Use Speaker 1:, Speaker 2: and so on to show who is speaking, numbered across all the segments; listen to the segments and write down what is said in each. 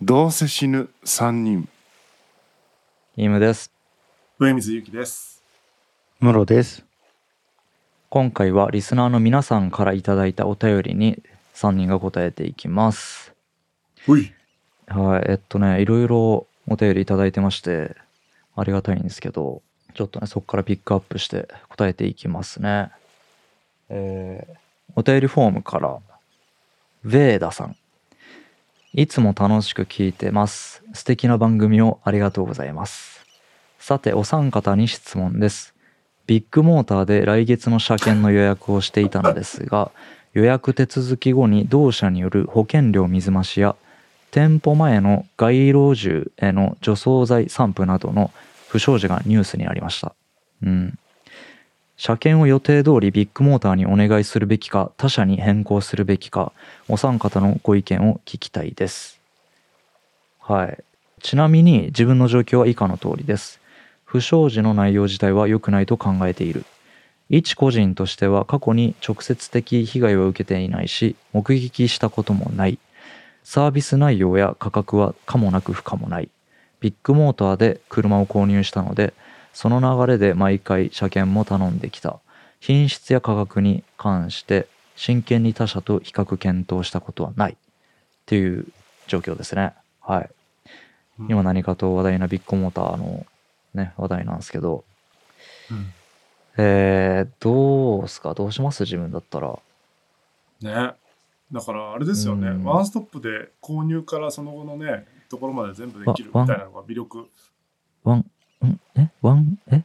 Speaker 1: どうせ死ぬ3人
Speaker 2: イムです。
Speaker 3: 上水ゆきです。
Speaker 4: ムロです。
Speaker 2: 今回はリスナーの皆さんからいただいたお便りに3人が答えていきます。
Speaker 3: ほい。
Speaker 2: はい、えっとね、いろいろお便りいただいてまして、ありがたいんですけど、ちょっとね、そこからピックアップして答えていきますね。えーお便りフォームから、ヴェーダさん。いつも楽しく聞いてます。素敵な番組をありがとうございます。さて、お三方に質問です。ビッグモーターで来月の車検の予約をしていたのですが、予約手続き後に同社による保険料水増しや店舗前の街路樹への除草剤散布などの不祥事がニュースになりました。うん。車検を予定通りビッグモーターにお願いするべきか、他社に変更するべきか、お三方のご意見を聞きたいです。はい。ちなみに自分の状況は以下の通りです。不祥事の内容自体は良くないと考えている。一個人としては過去に直接的被害は受けていないし、目撃したこともない。サービス内容や価格は可もなく不可もない。ビッグモーターで車を購入したので、その流れで毎回車検も頼んできた。品質や価格に関して真剣に他社と比較検討したことはない。っていう状況ですね。はい。今何かと話題なビッグモーターのね、話題なんですけど。
Speaker 3: うん
Speaker 2: えー、どうすかどうします自分だったら。
Speaker 3: ね。だからあれですよね、
Speaker 2: うん
Speaker 3: ワンストップで購入からその後のね、ところまで全部できるみ
Speaker 2: わ
Speaker 3: たいなのが魅力。
Speaker 2: ワン、んえワン、え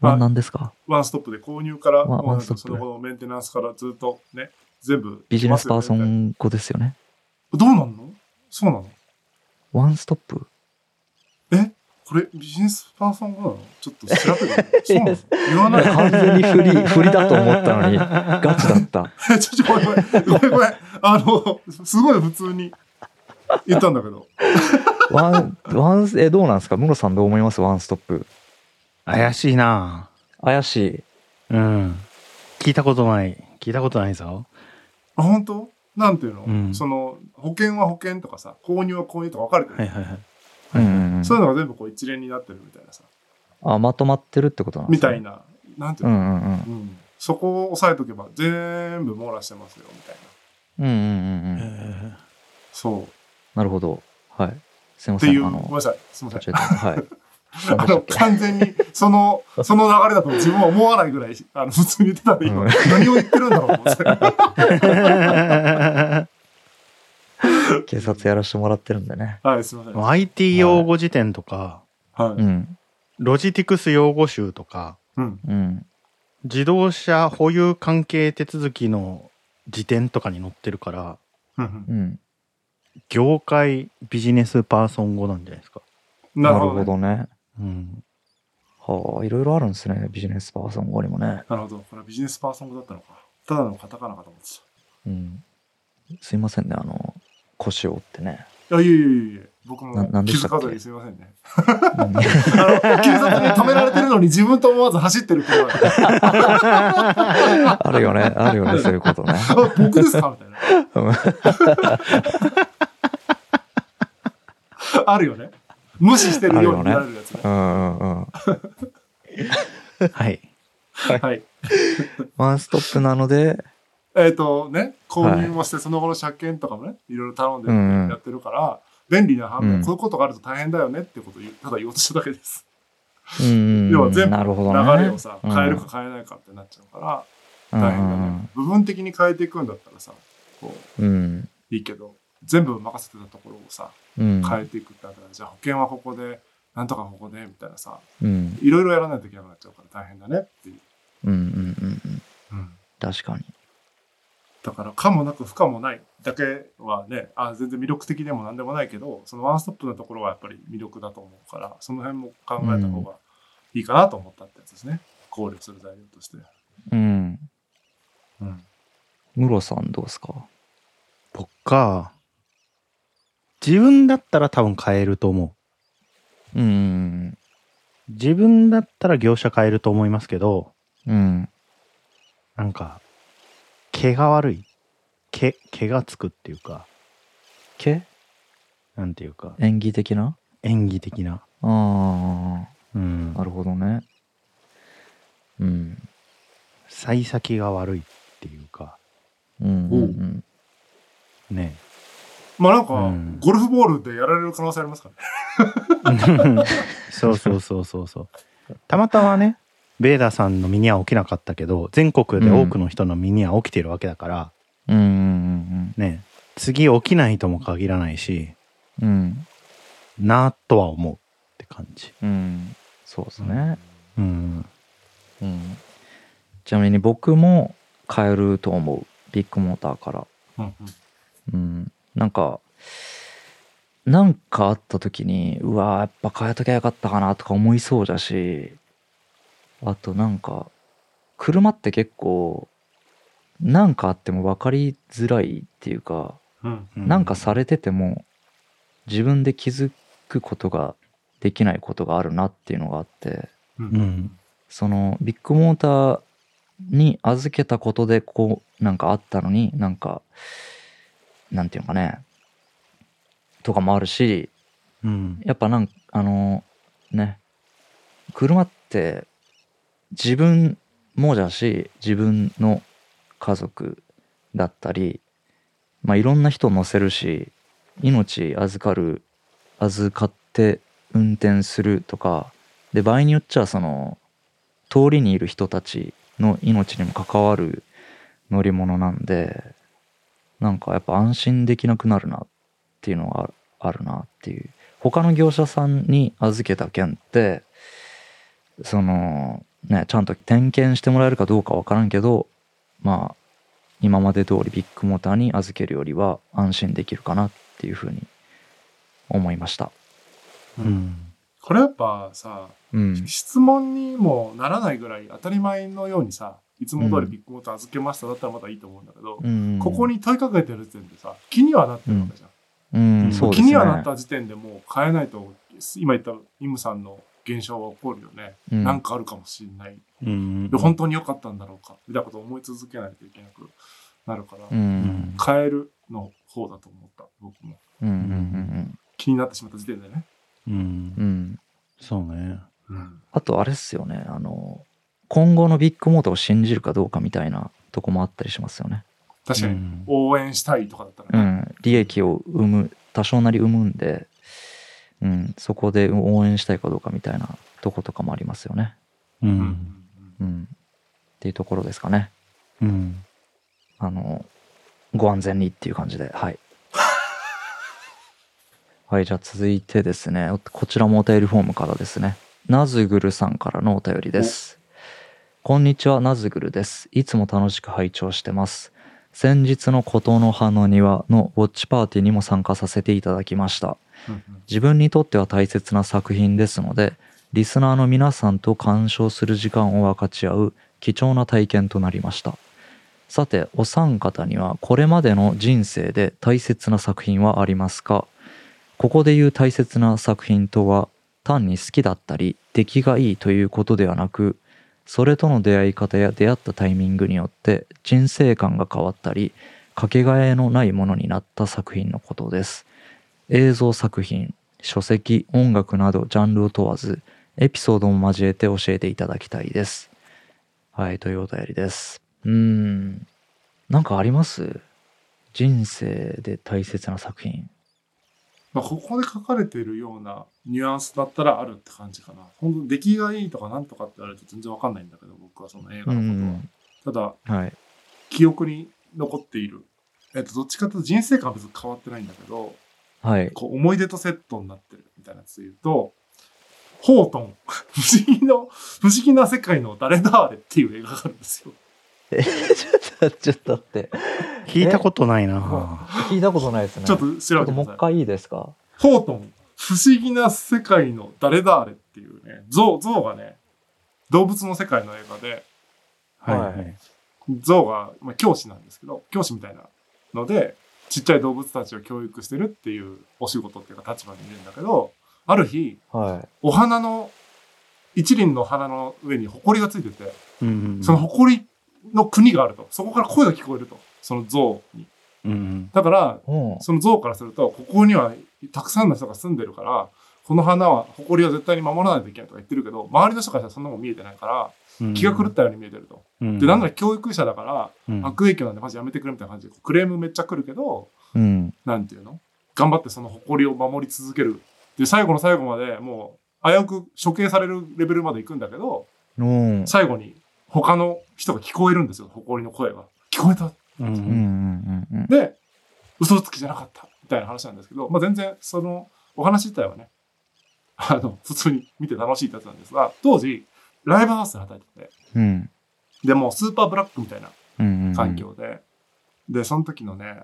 Speaker 2: ワンなんですか
Speaker 3: ワンストップで購入から、
Speaker 2: わ
Speaker 3: もう
Speaker 2: ワ
Speaker 3: な
Speaker 2: ン
Speaker 3: ん
Speaker 2: スト
Speaker 3: か
Speaker 2: ップ
Speaker 3: その後のメンテナンスからずっとね、全部
Speaker 2: ビ
Speaker 3: でき
Speaker 2: ジ
Speaker 3: ま
Speaker 2: ネ
Speaker 3: す
Speaker 2: ス
Speaker 3: よ
Speaker 2: パ
Speaker 3: ね
Speaker 2: ーソン語ですよね。
Speaker 3: どうなんのそうなの
Speaker 2: ワンストップ
Speaker 3: これビジネスパーソン語なのちょっと調べて そうなの言わないの
Speaker 2: 完全に振り、振りだと思ったの に、ガチだった。
Speaker 3: え ちょ、ちょ、ごめんごめん。ごめんごめん。あの、すごい普通に言ったんだけど。
Speaker 2: ワン、ワン、え、どうなんですかムロさんどう思いますワンストップ。
Speaker 4: 怪しいな
Speaker 2: 怪しい。
Speaker 4: うん。聞いたことない。聞いたことないぞ。
Speaker 3: あ、本当なんていうの、
Speaker 4: うん
Speaker 3: その、保険は保険とかさ、購入は購入とか分かれてる。
Speaker 4: はいはいはい。
Speaker 2: うんうんうん
Speaker 3: そういうのが全部こう一連になってるみたいなさ、
Speaker 2: あ、まとまってるってことなんで
Speaker 3: み
Speaker 2: すか
Speaker 3: たいな、なんていう
Speaker 2: う
Speaker 3: の、
Speaker 2: んうんうん。
Speaker 3: うんそこを押さえとけば全部網羅してますよ、みたいな。
Speaker 2: うんうんうんうん。
Speaker 4: え
Speaker 3: そう。
Speaker 2: なるほど。はい。すいま
Speaker 3: って
Speaker 2: せん。
Speaker 3: いう、
Speaker 2: あ
Speaker 3: ごめん
Speaker 2: の、
Speaker 3: なさい、すみま
Speaker 2: 途
Speaker 3: せん。
Speaker 2: 中で。はい。
Speaker 3: あの、完全に、そ の、その流れだと自分は思わないぐらい、あの、普通に言ってたんで、今、
Speaker 2: うん
Speaker 3: 何を言ってるんだろうと思っ て。
Speaker 2: 警察やらしてもらってるんでね。
Speaker 3: はい、すみません。
Speaker 4: もう IT 用語辞典とか、
Speaker 3: は
Speaker 2: う
Speaker 3: い。
Speaker 2: ん。
Speaker 4: ロジティクス用語集とか、
Speaker 3: うん。
Speaker 2: うん。
Speaker 4: 自動車保有関係手続きの辞典とかに載ってるから、
Speaker 3: うん
Speaker 2: うん。
Speaker 4: 業界ビジネスパーソン語なんじゃないですか。
Speaker 3: な
Speaker 2: な
Speaker 3: る
Speaker 2: る
Speaker 3: ほ
Speaker 2: ほ
Speaker 3: ど。
Speaker 2: どね。
Speaker 4: うん。
Speaker 2: はあ、いろいろあるんですね。ビジネスパーソン語にもね。
Speaker 3: なるほど。これはビジネスパーソン語だったのか。ただのカタカナかと思って
Speaker 2: うん。すいませんね、あの、腰を折ってね。
Speaker 3: た。いや、いえいえいえ、僕も
Speaker 2: ななんで
Speaker 3: 気
Speaker 2: し
Speaker 3: づ
Speaker 2: たっけ
Speaker 3: かずにすみませんね。
Speaker 2: うん
Speaker 3: あの、警察に止められてるのに自分と思わず走ってる車が、
Speaker 2: あるよね、あるよね、そういうことね。
Speaker 3: あ僕ですかみたいな。 あるよね。無視してるようになるやつね。
Speaker 2: うんうんうん。
Speaker 4: はい。
Speaker 3: はい。
Speaker 2: ワンストップなので、
Speaker 3: えっ、とね、購入もして、その後の車検とかもね、いろいろ頼んで
Speaker 2: うんうん
Speaker 3: やってるから、便利な反面、
Speaker 2: うん
Speaker 3: こういうことがあると大変だよねってことを言うただ言おうとしただけです。
Speaker 2: うんうんうん
Speaker 3: 要は全部
Speaker 2: なるほどね
Speaker 3: 流れをさ、
Speaker 2: うん
Speaker 3: 変えるか変えないかってなっちゃうから、
Speaker 2: うん
Speaker 3: 大変だね。部分的に変えていくんだったらさ、こ
Speaker 2: うん
Speaker 3: う、いいけど、全部任せてたところをさ、
Speaker 2: うん。
Speaker 3: 変えていくってなったら、じゃあ保険はここで、なんとかここで、みたいなさ、
Speaker 2: うん
Speaker 3: いろいろやらないといけなくなっちゃうから大変だねっていう。
Speaker 2: うんうんうんうん。
Speaker 3: うん
Speaker 2: 確かに。
Speaker 3: だから、可もなく不可もないだけはね、あ全然魅力的でもなんでもないけど、そのワンストップのところはやっぱり魅力だと思うから、その辺も考えた方がいいかなと思ったってやつですね。考慮する材料として。
Speaker 2: うん。
Speaker 3: うん。
Speaker 2: ムロさんどうですか
Speaker 4: 僕か。自分だったら多分変えると思
Speaker 2: うんうん
Speaker 4: う。自分だったら業者変えると思いますけど、
Speaker 2: うん。うん。
Speaker 4: なんか、毛が悪い。毛、毛がつくっていうか、
Speaker 2: け
Speaker 4: なんていうか、
Speaker 2: 演技的な
Speaker 4: 演技的な。
Speaker 2: あ
Speaker 4: うん
Speaker 2: あ、なるほどね。うん。
Speaker 4: 幸先が悪いっていうか、
Speaker 2: うんうんうん、
Speaker 4: ね。
Speaker 3: まあなんか、
Speaker 4: うん
Speaker 3: ゴルフボールでやられる可能性ありますからね。
Speaker 4: そうそうそうそうそう。たまたまね、ベーダーさんの身には起きなかったけど、全国で多くの人の身には起きてるわけだから、
Speaker 2: うんうん
Speaker 4: ね、次起きないとも限らないし、
Speaker 2: うんうん
Speaker 4: なあとは思うって感じ。
Speaker 2: うんそうですね、
Speaker 4: うん。
Speaker 2: うんちなみに僕も変えると思うビッグモーターから
Speaker 3: うん
Speaker 2: うんなんかなんかあった時にうわーやっぱ変えときゃよかったかなとか思いそうだしあとなんか車って結構なんかあっても分かりづらいっていうか
Speaker 3: うん。
Speaker 2: なんかされてても自分で気づくことができないことがあるなっていうのがあって
Speaker 3: うん。
Speaker 4: う
Speaker 3: うん
Speaker 4: ん。
Speaker 2: そのビッグモーターに預けたことでこうなんかあったのになんかなんていうのかねとかもあるし
Speaker 4: うん。
Speaker 2: やっぱなんかあのね車って自分もだし自分の家族だったりまあいろんな人を乗せるし命預かる預かって運転するとかで場合によっちゃその通りにいる人たちの命にも関わる乗り物なんでなんかやっぱ安心できなくなるなっていうのがああるなっていう他の業者さんに預けた件ってそのねちゃんと点検してもらえるかどうかわからんけどまあ今まで通りビッグモーターに預けるよりは安心できるかなっていうふうに思いました。
Speaker 4: うん。
Speaker 3: これやっぱさ、
Speaker 2: うん、
Speaker 3: 質問にもならないぐらい当たり前のようにさ、いつも通りビッグモーター預けましただったらまだいいと思うんだけど、
Speaker 2: うん、
Speaker 3: ここに問いかけてる時点でさ、気にはなってるわけじゃん。
Speaker 2: うん、
Speaker 4: うん
Speaker 2: そうで
Speaker 3: 気
Speaker 2: すね。
Speaker 3: にはなった時点でもう変えないと、今言ったイムさんの現象は起こるよね。
Speaker 2: うん
Speaker 3: なんかあるかもしれない。
Speaker 4: うん
Speaker 3: で本当に良かったんだろうかみたいなことを思い続けないといけなくなるから、
Speaker 2: うん
Speaker 3: 変えるの方だと思った僕も
Speaker 2: うんうん
Speaker 3: 気になってしまった時点でね、
Speaker 4: うん
Speaker 2: うんう。ん
Speaker 4: そうね。
Speaker 3: うん、
Speaker 2: あとあれっすよねあの今後のビッグモーターを信じるかどうかみたいなとこもあったりしますよね。
Speaker 3: 確かに、
Speaker 4: うん
Speaker 3: 応援したいとかだった
Speaker 2: う
Speaker 3: らね、
Speaker 2: ん、利益を生む多少なり生むんで、うん、そこで応援したいかどうかみたいなとことかもありますよね。
Speaker 4: う
Speaker 3: うん
Speaker 4: ん。
Speaker 2: うん、っていうところですかね。
Speaker 4: うん。
Speaker 2: あのご安全にっていう感じではい。 はいじゃあ続いてですねこちらもお便りフォームからですねナズグルさんからのお便りですこんにちはナズグルですいつも楽しく拝聴してます先日の琴の葉の庭のウォッチパーティーにも参加させていただきました
Speaker 3: うん
Speaker 2: 自分にとっては大切な作品ですのでリスナーの皆さんと鑑賞する時間を分かち合う貴重な体験となりましたさてお三方にはこれまでの人生で大切な作品はありますかここで言う大切な作品とは単に好きだったり出来がいいということではなくそれとの出会い方や出会ったタイミングによって人生観が変わったりかけがえのないものになった作品のことです映像作品書籍音楽などジャンルを問わずエピソードも交えて教えていただきたいですはいというお便りですうーんなんかあります人生で大切な作品
Speaker 3: まあ、ここで書かれているようなニュアンスだったらあるって感じかな本当出来がいいとかなんとかって言われて全然わかんないんだけど僕はその映画のことは、ただ
Speaker 2: はい
Speaker 3: 記憶に残っているえっと、どっちかというと人生観は別に変わってないんだけど、
Speaker 2: はい
Speaker 3: こう思い出とセットになってるみたいなやつで言うと、ホートン、 不思議の、不思議な世界の誰だあれっていう映画があるんですよ。
Speaker 2: ちょっと ちょっと待って
Speaker 4: 聞いたことないな。
Speaker 2: 聞いたことないですね
Speaker 3: ちょっと
Speaker 2: ち
Speaker 3: 調
Speaker 2: ょ
Speaker 3: べ
Speaker 2: っ
Speaker 3: く
Speaker 2: てとも
Speaker 3: ださ
Speaker 2: う一
Speaker 3: い。
Speaker 2: 回いいですか
Speaker 3: ホートン、不思議な世界の誰だあれっていうね、ゾウ、ゾウがね、動物の世界の映画で、
Speaker 4: はいは。
Speaker 2: はい
Speaker 3: ゾウが、まあ、教師なんですけど、教師みたいなので、ちっちゃい動物たちを教育してるっていうお仕事っていうか立場にいるんだけど、ある日、
Speaker 2: は
Speaker 3: お花の、一輪の花の上に埃がついてて、
Speaker 4: うん
Speaker 3: その誇りの国があると。そこから声が聞こえると。その像に。
Speaker 4: うん。
Speaker 3: だから、
Speaker 2: いうん
Speaker 3: その像からすると、ここにはたくさんの人が住んでるから、この花は、埃は絶対に守らないといけないとか言ってるけど、周りの人からしたらそんなもん見えてないから、気が狂ったように見えてると。
Speaker 4: うん
Speaker 3: で、なんなら教育者だから、
Speaker 4: うん
Speaker 3: 悪影響なんでマジやめてくれみたいな感じで、クレームめっちゃ来るけど、
Speaker 2: うん。
Speaker 3: なんていうの頑張ってその誇りを守り続ける。で、最後の最後までもう、危うく処刑されるレベルまで行くんだけど、
Speaker 2: うん。
Speaker 3: 最後に他の人が聞こえるんですよ、誇りの声が。聞こえた。
Speaker 4: う
Speaker 2: うんんうんうん
Speaker 3: で、嘘つきじゃなかった。みたいな話なんですけど、まあ全然そのお話自体はね、あの、普通に見て楽しいやつなんですが、当時、ライブハウスで働いてて、
Speaker 2: うん。
Speaker 3: でもうスーパーブラックみたいな
Speaker 2: うんうん。
Speaker 3: 環。境で、でその時のね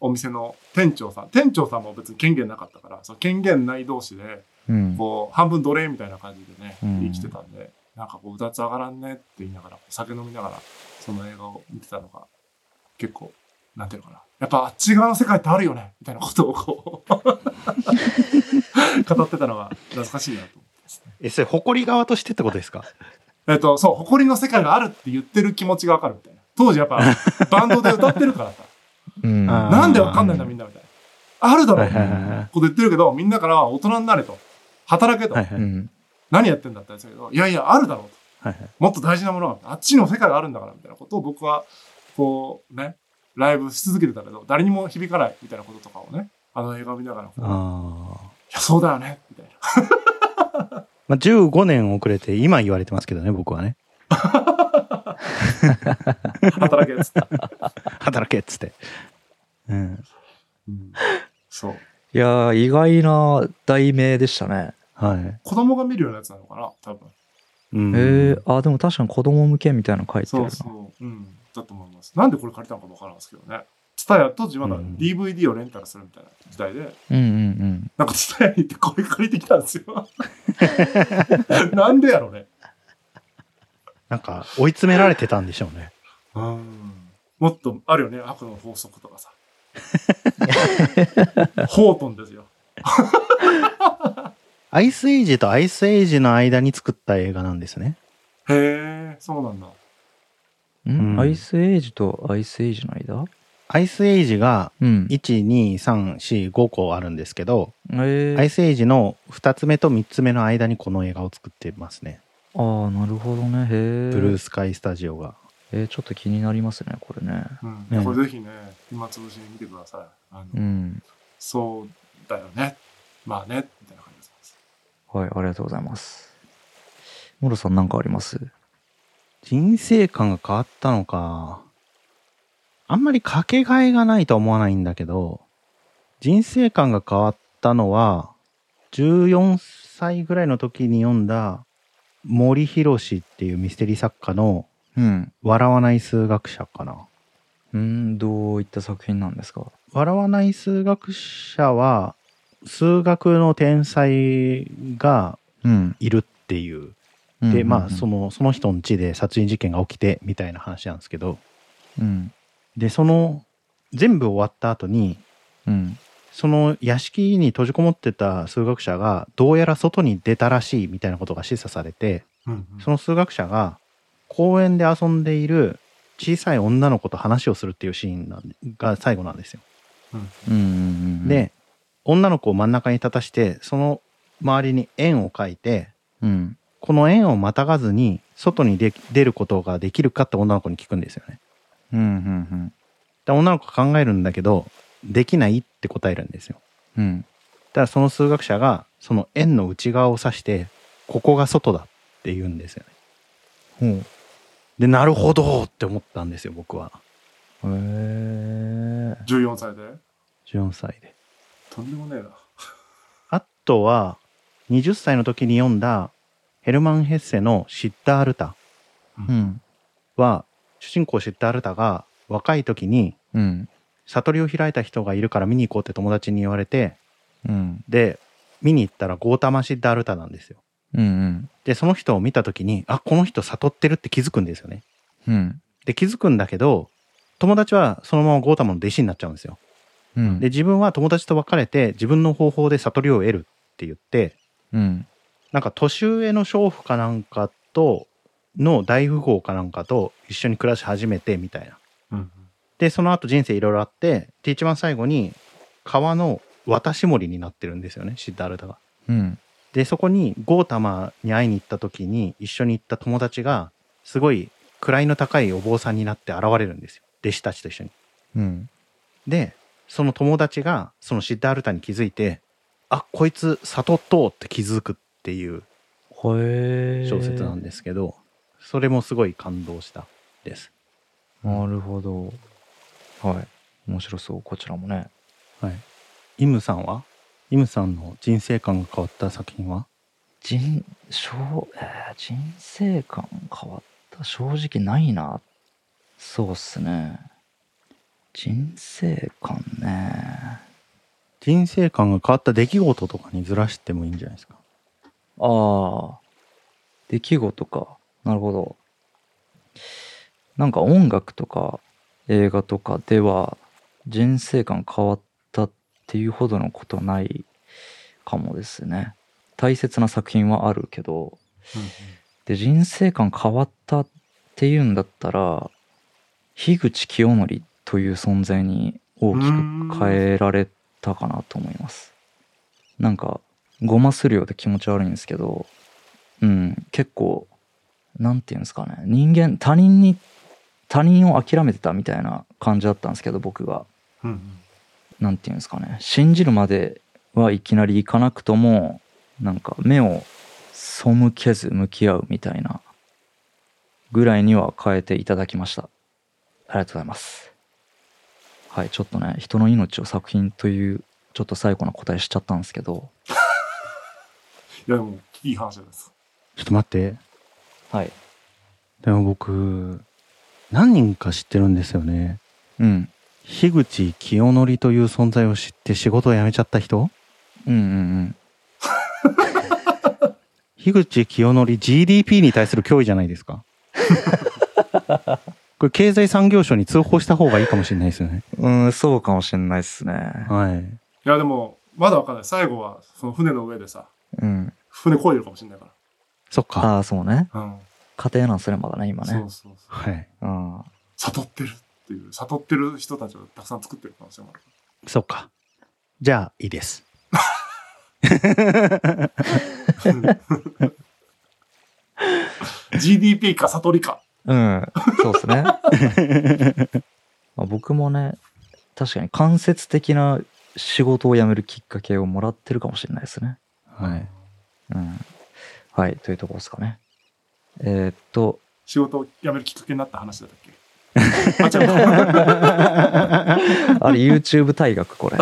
Speaker 3: お店の店長さん店長さんも別に権限なかったからその権限ない同士で
Speaker 2: うん。
Speaker 3: こう半分奴隷みたいな感じでね
Speaker 2: うん
Speaker 3: 生きてたんで、なんかこううだつ上がらんねって言いながらお酒飲みながらその映画を見てたのが結構なんていうのかなやっぱあっち側の世界ってあるよねみたいなことを こう語ってたのが懐かしいなと。
Speaker 4: え、それ、誇り側としてってことですか
Speaker 3: えっと、そう、誇りの世界があるって言ってる気持ちがわかるみたいな。当時やっぱ、バンドで歌ってるからさ、
Speaker 2: うん。
Speaker 4: あー
Speaker 3: なんでわかんないんだみんなみたいな。あるだろ
Speaker 4: は
Speaker 3: う
Speaker 4: い
Speaker 3: こ
Speaker 4: はいはいはい
Speaker 3: と言ってるけど、みんなからは大人になれと。働けと。
Speaker 4: はいは
Speaker 2: う
Speaker 4: いはい
Speaker 2: ん。
Speaker 3: 何やってんだって言うんですけど、いやいや、あるだろうと。
Speaker 4: はい。
Speaker 3: もっと大事なものがあるあっちの世界があるんだからみたいなことを僕は、こうね、ライブし続けてたけど、誰にも響かないみたいなこととかをね、あの映画を見ながらこう、い
Speaker 4: ああ。
Speaker 3: や、そうだよね、みたいな。
Speaker 4: まあ、15年遅れて、今言われてますけどね、僕はね。
Speaker 3: 働けっつって。
Speaker 4: 働けっつって。うん。
Speaker 3: うんそう。
Speaker 2: いやー、意外な題名でしたね。
Speaker 4: はい。
Speaker 3: 子供が見るようなやつなのかな、多分。
Speaker 4: うん
Speaker 2: えー、あ、でも確かに子供向けみたいなの書いて
Speaker 3: そ
Speaker 2: る
Speaker 3: う
Speaker 2: な。
Speaker 3: そう。うん。だと思います。なんでこれ借りたのかもわからんですけどね。ツタヤ当時まだ
Speaker 4: うん
Speaker 3: DVD をレンタルするみたいな時代で、
Speaker 2: うんうん
Speaker 3: なんか伝えに行ってこれ借りてきたんですよ。なんでやろね。
Speaker 4: なんか、追い詰められてたんでしょうね。
Speaker 3: うん。もっとあるよね、悪の法則と かさ。ホートンですよ。
Speaker 4: アイスエイジとアイスエイジの間に作った映画なんですね。
Speaker 3: へえ、そうなんだ。
Speaker 2: うん。ん
Speaker 4: うん
Speaker 2: アイスエイジとアイスエイジの間
Speaker 4: アイスエイジが、
Speaker 2: うん。
Speaker 4: 1、2、3、4、5個あるんですけど、
Speaker 2: えー
Speaker 4: アイスエイジの2つ目と3つ目の間にこの映画を作ってますね。
Speaker 2: ああ、なるほどね。へえ。
Speaker 4: ブルースカイスタジオが。
Speaker 2: えー、ちょっと気になりますね、これね。
Speaker 3: うん。
Speaker 4: うん
Speaker 3: これぜひね、暇つぶしに見てください。あの
Speaker 2: うん。
Speaker 3: そうだよね。まあね、みたいな感じです。
Speaker 2: はい、ありがとうございます。モロさんなんかあります
Speaker 4: 人生観が変わったのか。あんまりかけがえがないとは思わないんだけど、人生観が変わったのは、14歳ぐらいの時に読んだ森博っていうミステリー作家の
Speaker 2: うん。
Speaker 4: 笑わない数学者かな。
Speaker 2: うん、どういった作品なんですか
Speaker 4: 笑わない数学者は、数学の天才が
Speaker 2: うん。
Speaker 4: いるっていう
Speaker 2: うん
Speaker 4: で、まあ、そ
Speaker 2: の、
Speaker 4: の、その人の地で殺人事件が起きて、みたいな話なんですけど、
Speaker 2: うん。
Speaker 4: で、その、全部終わった後に、
Speaker 2: うん。
Speaker 4: その屋敷に閉じこもってた数学者が、どうやら外に出たらしい、みたいなことが示唆されて、
Speaker 3: うん
Speaker 4: その数学者が、公園で遊んでいる小さい女の子と話をするっていうシーンなんでが最後なんですよ。
Speaker 2: うんうんうん。、
Speaker 4: で、女の子を真ん中に立たして、その周りに円を描いて、
Speaker 2: うん。
Speaker 4: この円をまたがずに外にで出ることができるかって女の子に聞くんですよね。
Speaker 2: うんうん
Speaker 4: で女の子が考えるんだけどできないって答えるんですよ
Speaker 2: うん。うん。
Speaker 4: だからその数学者がその円の内側を指してここが外だって言うんですよね
Speaker 2: ほう。
Speaker 4: でなるほどって思ったんですよ僕は
Speaker 2: へえ。
Speaker 3: 14歳で
Speaker 4: 14歳で
Speaker 3: とんでもねえな。
Speaker 4: あとは20歳の時に読んだヘルマン・ヘッセの「シッダールタ
Speaker 2: うん。」
Speaker 4: は主人公シッダールタが若い時に
Speaker 2: うん。
Speaker 4: 悟りを開いた人がいるから見に行こうって友達に言われて
Speaker 2: うん。
Speaker 4: で見に行ったらゴータマ・シッダールタなんですよ
Speaker 2: うん。
Speaker 4: で、その人を見たときに、あ、この人悟ってるって気づくんですよね。
Speaker 2: うん。
Speaker 4: で、気づくんだけど、友達はそのままゴータマの弟子になっちゃうんですよ。
Speaker 2: うん。
Speaker 4: で、、自分は友達と別れて、自分の方法で悟りを得るって言って、
Speaker 2: うん。
Speaker 4: なんか年上の娼婦かなんかと、の大富豪かなんかと一緒に暮らし始めてみたいな。
Speaker 3: うん
Speaker 4: で、その後人生いろいろあって、で、一番最後に、川の渡し森になってるんですよね、シッダールタが。
Speaker 2: うん。
Speaker 4: で、そこにゴータマに会いに行った時に一緒に行った友達が、すごい位の高いお坊さんになって現れるんですよ。弟子たちと一緒に。
Speaker 2: うん。
Speaker 4: で、その友達がそのシッダールタに気づいて、あ、こいつ悟っとうって気づくっていう
Speaker 2: ほえー。
Speaker 4: 小説なんですけど、それもすごい感動したです。
Speaker 2: なるほど。はい。面白そう、こちらもね。
Speaker 4: はい。イムさんはイムさんの人生観が変わった作品は
Speaker 2: 人、小、えー人生観変わった。正直ないな。そうっすね。人生観ね。
Speaker 4: 人生観が変わった出来事とかにずらしてもいいんじゃないですか。
Speaker 2: ああ、出来事か。なるほど。なんか音楽とか映画とかでは人生観変わったっていうほどのことないかもですね。大切な作品はあるけど、で、人生観変わったっていうんだったら、樋口清則という存在に大きく変えられたかなと思います。なんか、ごまするようで気持ち悪いんですけど、うん、結構、なんていうんですかね、人間、他人に、他人を諦めてたみたいな感じだったんですけど、僕が。
Speaker 3: うん
Speaker 2: なんていうんですかね信じるまではいきなりいかなくともなんか目を背けず向き合うみたいなぐらいには変えていただきましたありがとうございますはいちょっとね人の命を作品というちょっと最後の答えしちゃったんですけど
Speaker 3: いや、でも、いい話です。
Speaker 4: ちょっと待って。
Speaker 2: はい
Speaker 4: でも僕、何人か知ってるんですよね。
Speaker 2: うん
Speaker 4: 樋口清則という存在を知って仕事を辞めちゃった人
Speaker 2: うんうん
Speaker 4: 樋口清則 GDP に対する脅威じゃないです か。これ経済産業省に通報した方がいいかもしれないですよね。
Speaker 2: うんうんそうかもしんないっすね
Speaker 4: はい。
Speaker 3: いや、でも、まだわかんない。最後は、その船の上でさ、
Speaker 2: うん
Speaker 3: 船漕いでるかもしれないか
Speaker 4: そっか。
Speaker 2: ああそうね
Speaker 3: ら。うん。
Speaker 2: 家庭なんすねまだね今
Speaker 3: そう
Speaker 2: ね
Speaker 3: そうそう。
Speaker 4: はい。
Speaker 2: うん
Speaker 3: 悟ってるっていう、悟ってる人たちをたくさん作ってる可能性もある。
Speaker 4: そっか。じゃあ、いいです。
Speaker 3: GDP か悟りか。
Speaker 2: うん、そうですね。 まあ僕もね、確かに間接的な仕事を辞めるきっかけをもらってるかもしれないですね。
Speaker 4: はい。
Speaker 2: うん。はい、というところですかね。えーっと、
Speaker 3: 仕事を辞めるきっかけになった話だったっけ あ、違う。
Speaker 2: あれ YouTube 大学 これ。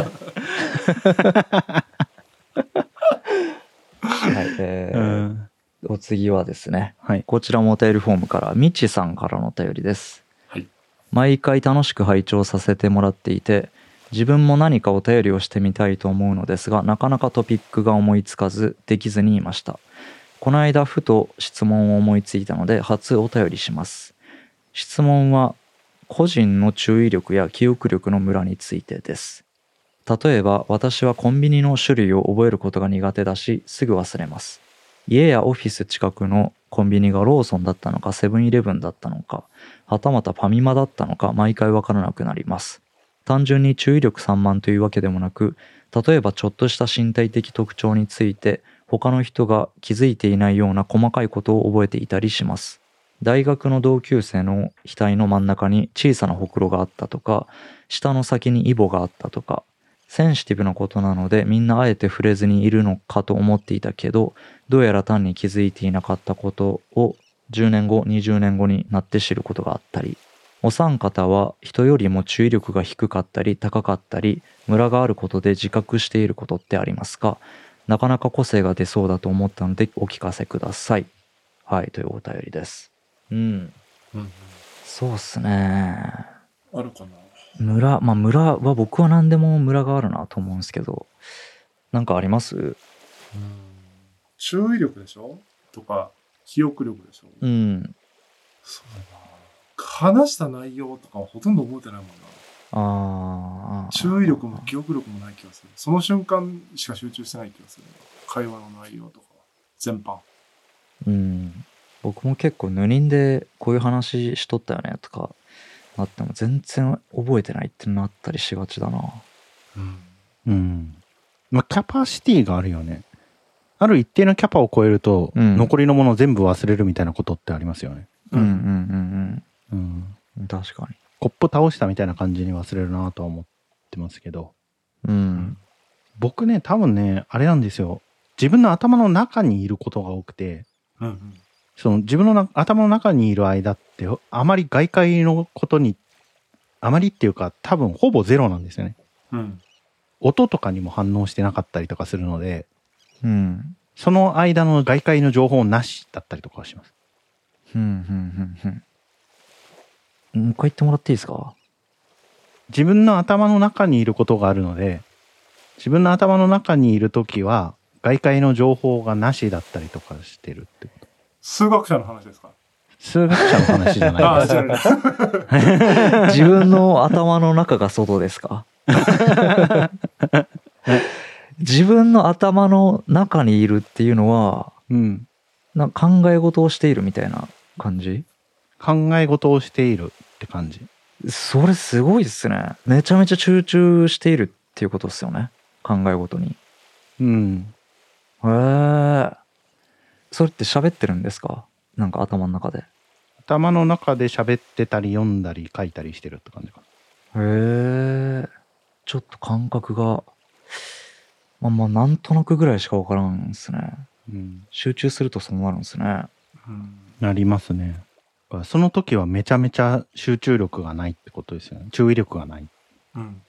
Speaker 2: はい、え
Speaker 4: う
Speaker 2: ー
Speaker 4: ん。
Speaker 2: お次はですね、
Speaker 4: はい。
Speaker 2: こちらもお便りフォームから、みちさんからのお便りです。
Speaker 3: はい
Speaker 2: 毎回楽しく拝聴させてもらっていて、自分も何かお便りをしてみたいと思うのですが、なかなかトピックが思いつかず、できずにいました。この間、ふと質問を思いついたので、初お便りします。質問は、個人の注意力や記憶力のムラについてです。例えば、私はコンビニの種類を覚えることが苦手だし、すぐ忘れます。家やオフィス近くのコンビニがローソンだったのかセブンイレブンだったのかはたまたファミマだったのか毎回わからなくなります単純に注意力散漫というわけでもなく例えばちょっとした身体的特徴について他の人が気づいていないような細かいことを覚えていたりします大学の同級生の額の真ん中に小さなほくろがあったとか舌の先にイボがあったとかセンシティブなことなのでみんなあえて触れずにいるのかと思っていたけどどうやら単に気づいていなかったことを10年後20年後になって知ることがあったりお三方は人よりも注意力が低かったり高かったりムラがあることで自覚していることってありますかなかなか個性が出そうだと思ったのでお聞かせくださいはいというお便りですうんそうっすね
Speaker 3: あるかな。
Speaker 2: ムラまあムラは僕は何でもムラがあるなと思うんですけどなんかあります
Speaker 3: 注意力でしょとか、記憶力でしょ、
Speaker 2: うん
Speaker 3: そうだな。話した内容とかはほとんど覚えてないもんな。
Speaker 2: ああ
Speaker 3: 注意力も記憶力もない気がする。その瞬間しか集中してない気がする。会話の内容とか、全般。
Speaker 2: うん、僕も結構「ヌニンでこういう話しとったよね」とかなっても全然覚えてないってなったりしがちだな
Speaker 3: うん。
Speaker 4: うん。まあ、キャパシティがあるよね。ある一定のキャパを超えると、
Speaker 2: うん
Speaker 4: 残りのものを全部忘れるみたいなことってありますよね。
Speaker 2: うんうんうん
Speaker 4: うん。
Speaker 2: うん。確か
Speaker 4: コップ倒したみたいな感じに忘れるなとは思ってますけど。
Speaker 2: に。うん。
Speaker 4: 僕ね、多分ね、あれなんですよ。自分の頭の中にいることが多くて、
Speaker 3: うんうん
Speaker 4: その自分のな頭の中にいる間って、あまり外界のことに、あまりっていうか、多分ほぼゼロなんですよね。
Speaker 3: うん
Speaker 4: 音とかにも反応してなかったりとかするので、
Speaker 2: うん。
Speaker 4: その間の外界の情報なしだったりとかはします。
Speaker 2: うんうんうんうん。もう一回言ってもらっていいですか
Speaker 4: 自分の頭の中にいることがあるので、自分の頭の中にいるときは、外界の情報がなしだったりとかしてるってこと。
Speaker 3: 数学者の話ですか
Speaker 4: 数学者の話じゃ
Speaker 3: あ
Speaker 4: ない
Speaker 3: あ、
Speaker 4: です。
Speaker 3: 違う。
Speaker 2: 自分の頭の中が外ですか自分の頭の中にいるっていうのは、
Speaker 4: うん。
Speaker 2: なんか考え事をしているみたいな感じ
Speaker 4: 考え事をしているって感じ。
Speaker 2: それすごいですね。めちゃめちゃ集中しているっていうことですよね。考え事に。
Speaker 4: うん。
Speaker 2: へえ。それって喋ってるんですかなんか頭の中で。へ
Speaker 4: 頭の中で喋ってたり読んだり書いたりしてるって感じかな。
Speaker 2: え。ちょっと感覚が、まあまあなんとなくぐらいしかわからんですね。
Speaker 4: うん。
Speaker 2: 集中するとそうなるんですね。
Speaker 3: うん
Speaker 4: なりますね。その時はめちゃめちゃ集中力がないってことですよね。注意力がない。
Speaker 3: うん
Speaker 4: うん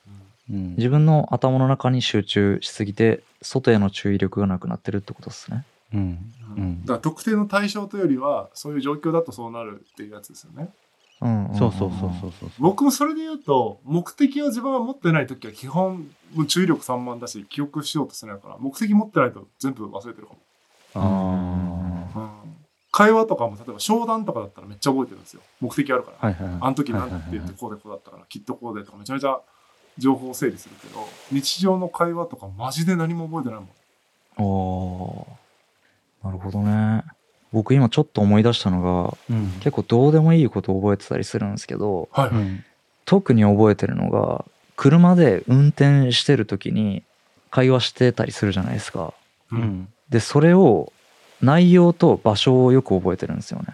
Speaker 2: 自分の頭の中に集中しすぎて、外への注意力がなくなってるってことですね。
Speaker 4: うん。
Speaker 3: う
Speaker 4: うんん
Speaker 3: だから特定の対象というよりはそういう状況だとそうなるっていうやつですよね。
Speaker 2: うんんんん
Speaker 4: そうそうそうそうそうそう。
Speaker 3: 僕もそれで言うと目的を自分は持ってない時は基本もう注意力散漫だし記憶しようとしてないから目的持ってないと全部忘れてるか
Speaker 4: あ
Speaker 3: も、うん、会話とかも例えば商談とかだったらめっちゃ覚えてるんですよ目的あるから、
Speaker 4: あ。はいはいはい。
Speaker 3: あの時なんて言っ
Speaker 4: はいはい
Speaker 3: て
Speaker 4: はい
Speaker 3: こうでこうだったからきっとこうでとかめちゃめちゃ情報を整理するけど日常の会話とかマジで何も覚えてないもん
Speaker 2: おーなるほどね僕今ちょっと思い出したのが
Speaker 4: うん。
Speaker 2: 結構どうでもいいことを覚えてたりするんですけど
Speaker 3: はい、
Speaker 4: う
Speaker 3: はい
Speaker 4: ん
Speaker 2: 特に覚えてるのが車で運転してる時に会話してたりするじゃないですか
Speaker 4: う。
Speaker 3: うん
Speaker 2: でそれを内容と場所をよく覚えてるんですよね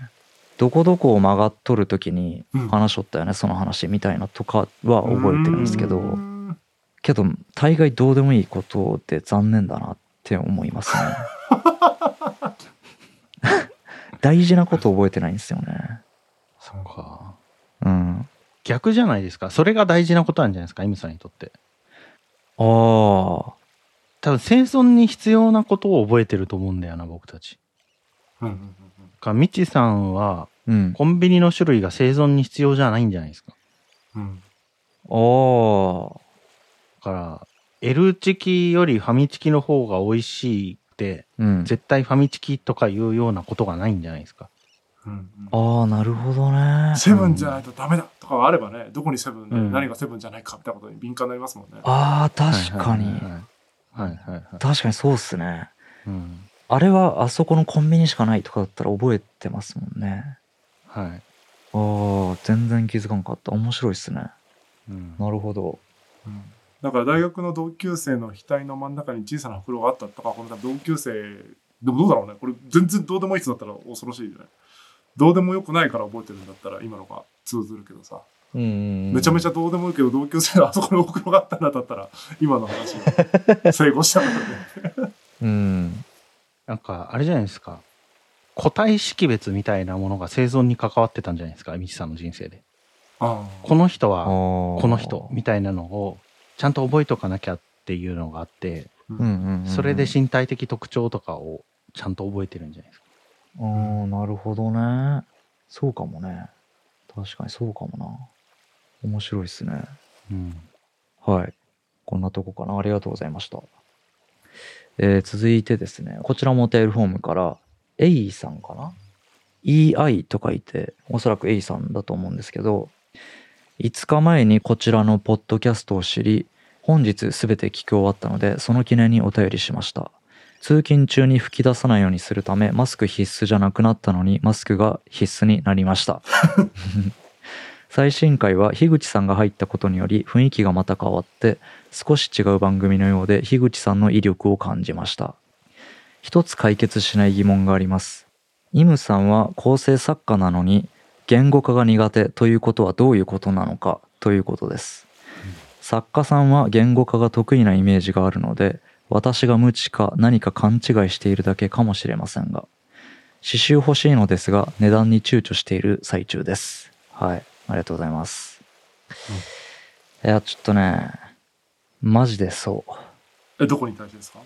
Speaker 2: どこどこを曲がっとる時に
Speaker 3: うん
Speaker 2: 話しとったよねその話みたいなとかは覚えてるんですけ
Speaker 3: う
Speaker 2: ど
Speaker 3: ん
Speaker 2: けど大概どうでもいいことで残念だなって思い ますね大事なこと覚えてないんですよね
Speaker 4: そうか。
Speaker 2: うん
Speaker 4: 逆じゃないですか。それが大事なことなんじゃないですか、イムさんにとって。
Speaker 2: ああ
Speaker 4: 多分生存に必要なことを覚えてると思うんだよな、僕たち。
Speaker 3: うんうんうん
Speaker 4: か、みちさんは、
Speaker 2: うんあ
Speaker 4: コンビニの種類が生存に必要じゃないんじゃないですか。
Speaker 3: うんうん
Speaker 2: あー
Speaker 4: だから、L チキよりファミチキの方が美味しいって、
Speaker 2: うん
Speaker 4: 絶対ファミチキとかいうようなことがないんじゃないですか。
Speaker 3: うんうん
Speaker 2: ああなるほどね
Speaker 3: セブンじゃないとダメだとかはあればね、どこにセブンで
Speaker 4: うん
Speaker 3: 何がセブンじゃないかみたいなことに敏感になりますもんね。
Speaker 2: ああ確かに、
Speaker 4: はいはいはいはい。はいはいはい
Speaker 2: 確かにそうっすね
Speaker 4: うん
Speaker 2: あれはあそこのコンビニしかないとかだったら覚えてますもんね
Speaker 4: はい
Speaker 2: ああ全然気づかんかった面白いっすね
Speaker 4: うん
Speaker 2: なるほど
Speaker 3: うんだから大学の同級生の額の真ん中に小さな袋があったとか、この同級生、でもどうだろうね。これ全然どうでもいい人だったら恐ろしいよね。どうでもよくないから覚えてるんだったら今のが通ずるけどさ。
Speaker 2: め
Speaker 3: めちゃめ
Speaker 2: ち
Speaker 3: ちゃどうでもいいけど同級生のあそこの袋があったんだったら今の話が成功したんだね。
Speaker 2: ゃうん
Speaker 4: なんか、あれじゃないですか。個体識別みたいなものが生存に関わってたんじゃないですか、みちさんの人生で。
Speaker 3: あ
Speaker 4: この人
Speaker 2: あ
Speaker 4: は、
Speaker 2: ー
Speaker 4: この人みたいなのを、ちゃんと覚えとかなきゃっていうのがあって、
Speaker 2: うんうんうんうん
Speaker 4: それで身体的特徴とかをちゃんと覚えてるんじゃないですか。
Speaker 2: ああなるほどねそうかもね確かにそうかもな面白いっすね
Speaker 4: うん。
Speaker 2: はいこんなとこかなありがとうございました、えー続いてですねこちらもお便りフォームからエイさんかな EI と書いておそらくエイさんだと思うんですけど5日前にこちらのポッドキャストを知り本日すべて聞き終わったのでその記念にお便りしました通勤中に吹き出さないようにするためマスク必須じゃなくなったのにマスクが必須になりました最新回は樋口さんが入ったことにより雰囲気がまた変わって少し違う番組のようで樋口さんの威力を感じました一つ解決しない疑問がありますイムさんは構成作家なのに言語化が苦手ということはどういうことなのかということです作家さんは言語化が得意なイメージがあるので私が無知か何か勘違いしているだけかもしれませんが刺繍欲しいのですが値段に躊躇している最中ですはいありがとうございます、いやちょっとねマジでそう
Speaker 3: え、どこに対してですか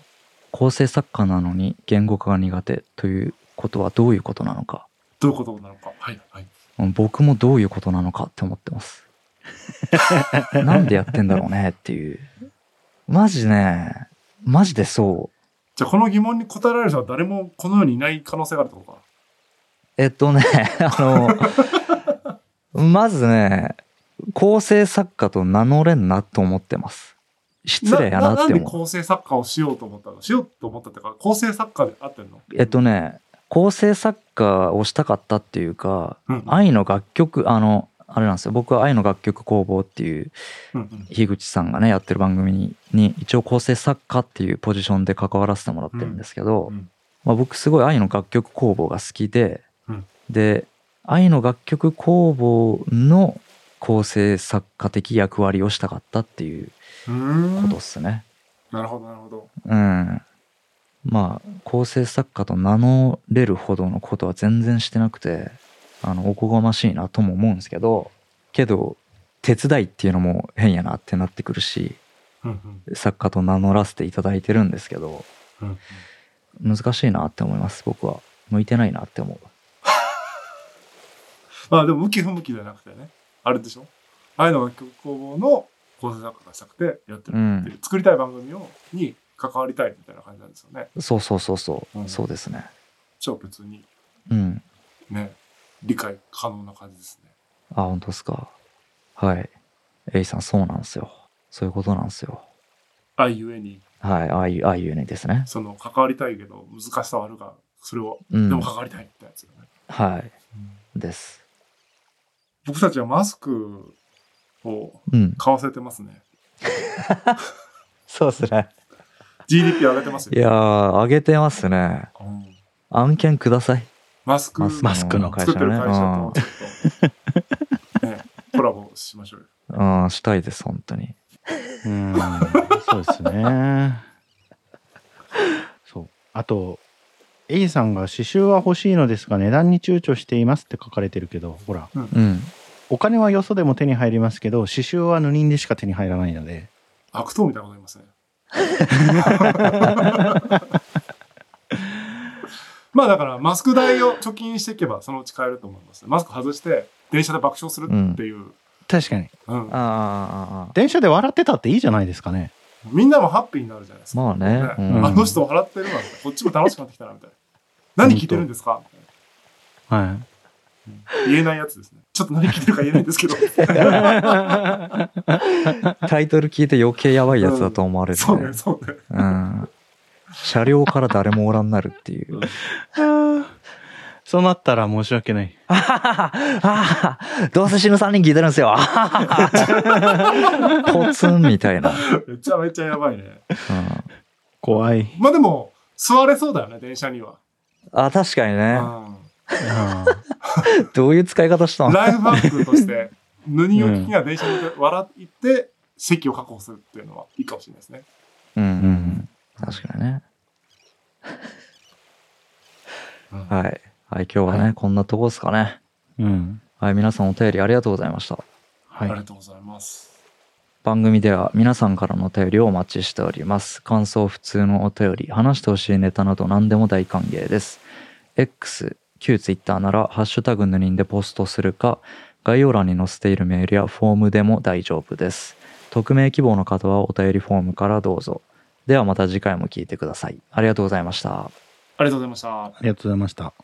Speaker 2: 構成作家なのに言語化が苦手ということはどういうことなのか
Speaker 3: どういうことなのか。はい、はい。
Speaker 2: うん僕もどういうことなのかって思ってます。なんでやってんだろうねっていう。マジね、マジでそ
Speaker 3: じゃあ、この疑問に答えられる人は誰もこの世にいない可能性があるってことか。
Speaker 2: う。えっとね、 あの、まずね、構成作家と名乗れんなと思ってます。失礼やな
Speaker 3: な
Speaker 2: っ
Speaker 3: ん
Speaker 2: て
Speaker 3: で
Speaker 2: 思う。
Speaker 3: 構成作家をしようと思ったのしようと思ったってか、構成作家で合ってるの
Speaker 2: えっとね、構成作家をしたかったっていうか、
Speaker 3: うんうん
Speaker 2: 愛の楽曲、あの、あれなんですよ。僕は愛の楽曲工房っていう
Speaker 3: うんうん。
Speaker 2: 樋口さんがねやってる番組にに一応構成作家っていうポジションで関わらせてもらってるんですけ
Speaker 3: う
Speaker 2: ど、
Speaker 3: んうん
Speaker 2: まあ、僕すごい愛の楽曲工房が好きで、
Speaker 3: うん
Speaker 2: で愛の楽曲工房の構成作家的役割をしたかったっていう
Speaker 3: う
Speaker 2: こ
Speaker 3: ー
Speaker 2: と
Speaker 3: ん
Speaker 2: っすね。
Speaker 3: なるほど、なるほど。
Speaker 2: うんまあ構成作家と名乗れるほどのことは全然してなくてあのおこがましいなとも思うんですけどけど手伝いっていうのも変やなってなってくるし。
Speaker 3: うんうん
Speaker 2: 作家と名乗らせていただいてるんですけど
Speaker 3: うんうん
Speaker 2: 難しいなって思います僕は向いてないなって思
Speaker 3: まあでも向き不向きじゃなくてね、あれでしょ愛の楽曲工房の構成作家がしたくてやって
Speaker 2: う、う
Speaker 3: るってい
Speaker 2: ん、
Speaker 3: う、作りたい番組をに関わりたいみたいな感じなんですよね。
Speaker 2: そうそうそうそう、
Speaker 3: うん
Speaker 2: そうですね
Speaker 3: 超別に
Speaker 2: うん
Speaker 3: ね、理解可能な感じですね。
Speaker 2: あ本当ですかはい A さんそうなんですよそういうことなんですよ
Speaker 3: 愛ゆえに、
Speaker 2: はいああいうああいうねですね
Speaker 3: その関わりたいけど難しさはあるが、それを、
Speaker 2: うん
Speaker 3: でも関わりたいってやつよね。
Speaker 2: はいです
Speaker 3: 僕たちはマスクを
Speaker 2: うん
Speaker 3: 買わせてますね。
Speaker 2: そうですね
Speaker 3: GDP 上げてます
Speaker 2: い
Speaker 3: よ。
Speaker 2: やー上げてますね
Speaker 3: うん
Speaker 2: 案件ください
Speaker 3: マスク
Speaker 4: マスクの
Speaker 2: 会
Speaker 3: 作
Speaker 2: 社
Speaker 3: ってる会社
Speaker 2: の
Speaker 3: と
Speaker 2: ね
Speaker 3: ちょっと、ね、コラボしましょうよ。
Speaker 2: うん、うん、したいです本当に
Speaker 4: うん、 そうですね。 そう。あと、A さんが刺繍は欲しいのですが値段に躊躇していますって書かれてるけど、ほら、
Speaker 2: うん
Speaker 4: お金はよそでも手に入りますけど、刺繍は布人でしか手に入らないので、
Speaker 3: 悪党みたいなこと言いますね。まあだからマスク代を貯金していけばそのうち買えると思います、マスク外して電車で爆笑するっていう、
Speaker 4: 確かに。
Speaker 3: うん
Speaker 2: ああああああ
Speaker 4: 電車で笑ってたっていいじゃないですかね。
Speaker 3: みんなもハッピーになるじゃないですか。
Speaker 2: まあね
Speaker 3: ね
Speaker 2: うん
Speaker 3: あの人笑ってるわみたいなこっちも楽しくなってきたなみたいな。何聞いてるんですかみ
Speaker 4: は
Speaker 3: たいな言えないやつですね。ちょっと何聞いてるか言えないんです けど。
Speaker 2: タイトル聞いて余計やばいやつだと思われる
Speaker 3: そう
Speaker 2: ね
Speaker 3: ね、そうね。
Speaker 2: うん車両から誰もおらんなるっていう。
Speaker 4: い。そうなったら申し訳ない。
Speaker 2: あははあはどうせ死ぬ3人聞いてるんですよ。あはは ポツンみたいな。うん
Speaker 3: めちゃめちゃやばいね。
Speaker 4: 怖い。
Speaker 3: まあでも、座れそうだよね、電車には。
Speaker 2: あ、確かにね。
Speaker 3: う
Speaker 4: うん
Speaker 2: どういう使い方した
Speaker 3: ん
Speaker 2: の
Speaker 3: ライフハックとして、布にを聞きながら電車に乗って笑って、席を確保するっていうのはいいかもしれないですね。
Speaker 2: うんうん。確かにね。はい。はい、今日はね、こんなとこですかね。
Speaker 4: うん。
Speaker 2: はい、皆さんお便りありがとうございました。
Speaker 4: は
Speaker 3: ありが
Speaker 4: い。
Speaker 3: とうございます。
Speaker 2: 番組では皆さんからのお便りをお待ちしております感想普通のお便り話してほしいネタなど何でも大歓迎です X 旧 Twitter なら「ハッシュタグぬにん」でポストするか概要欄に載せているメールやフォームでも大丈夫です匿名希望の方はお便りフォームからどうぞではまた次回も聞いてくださいありがとうございました
Speaker 3: ありがとうございました。
Speaker 4: ありがとうございました。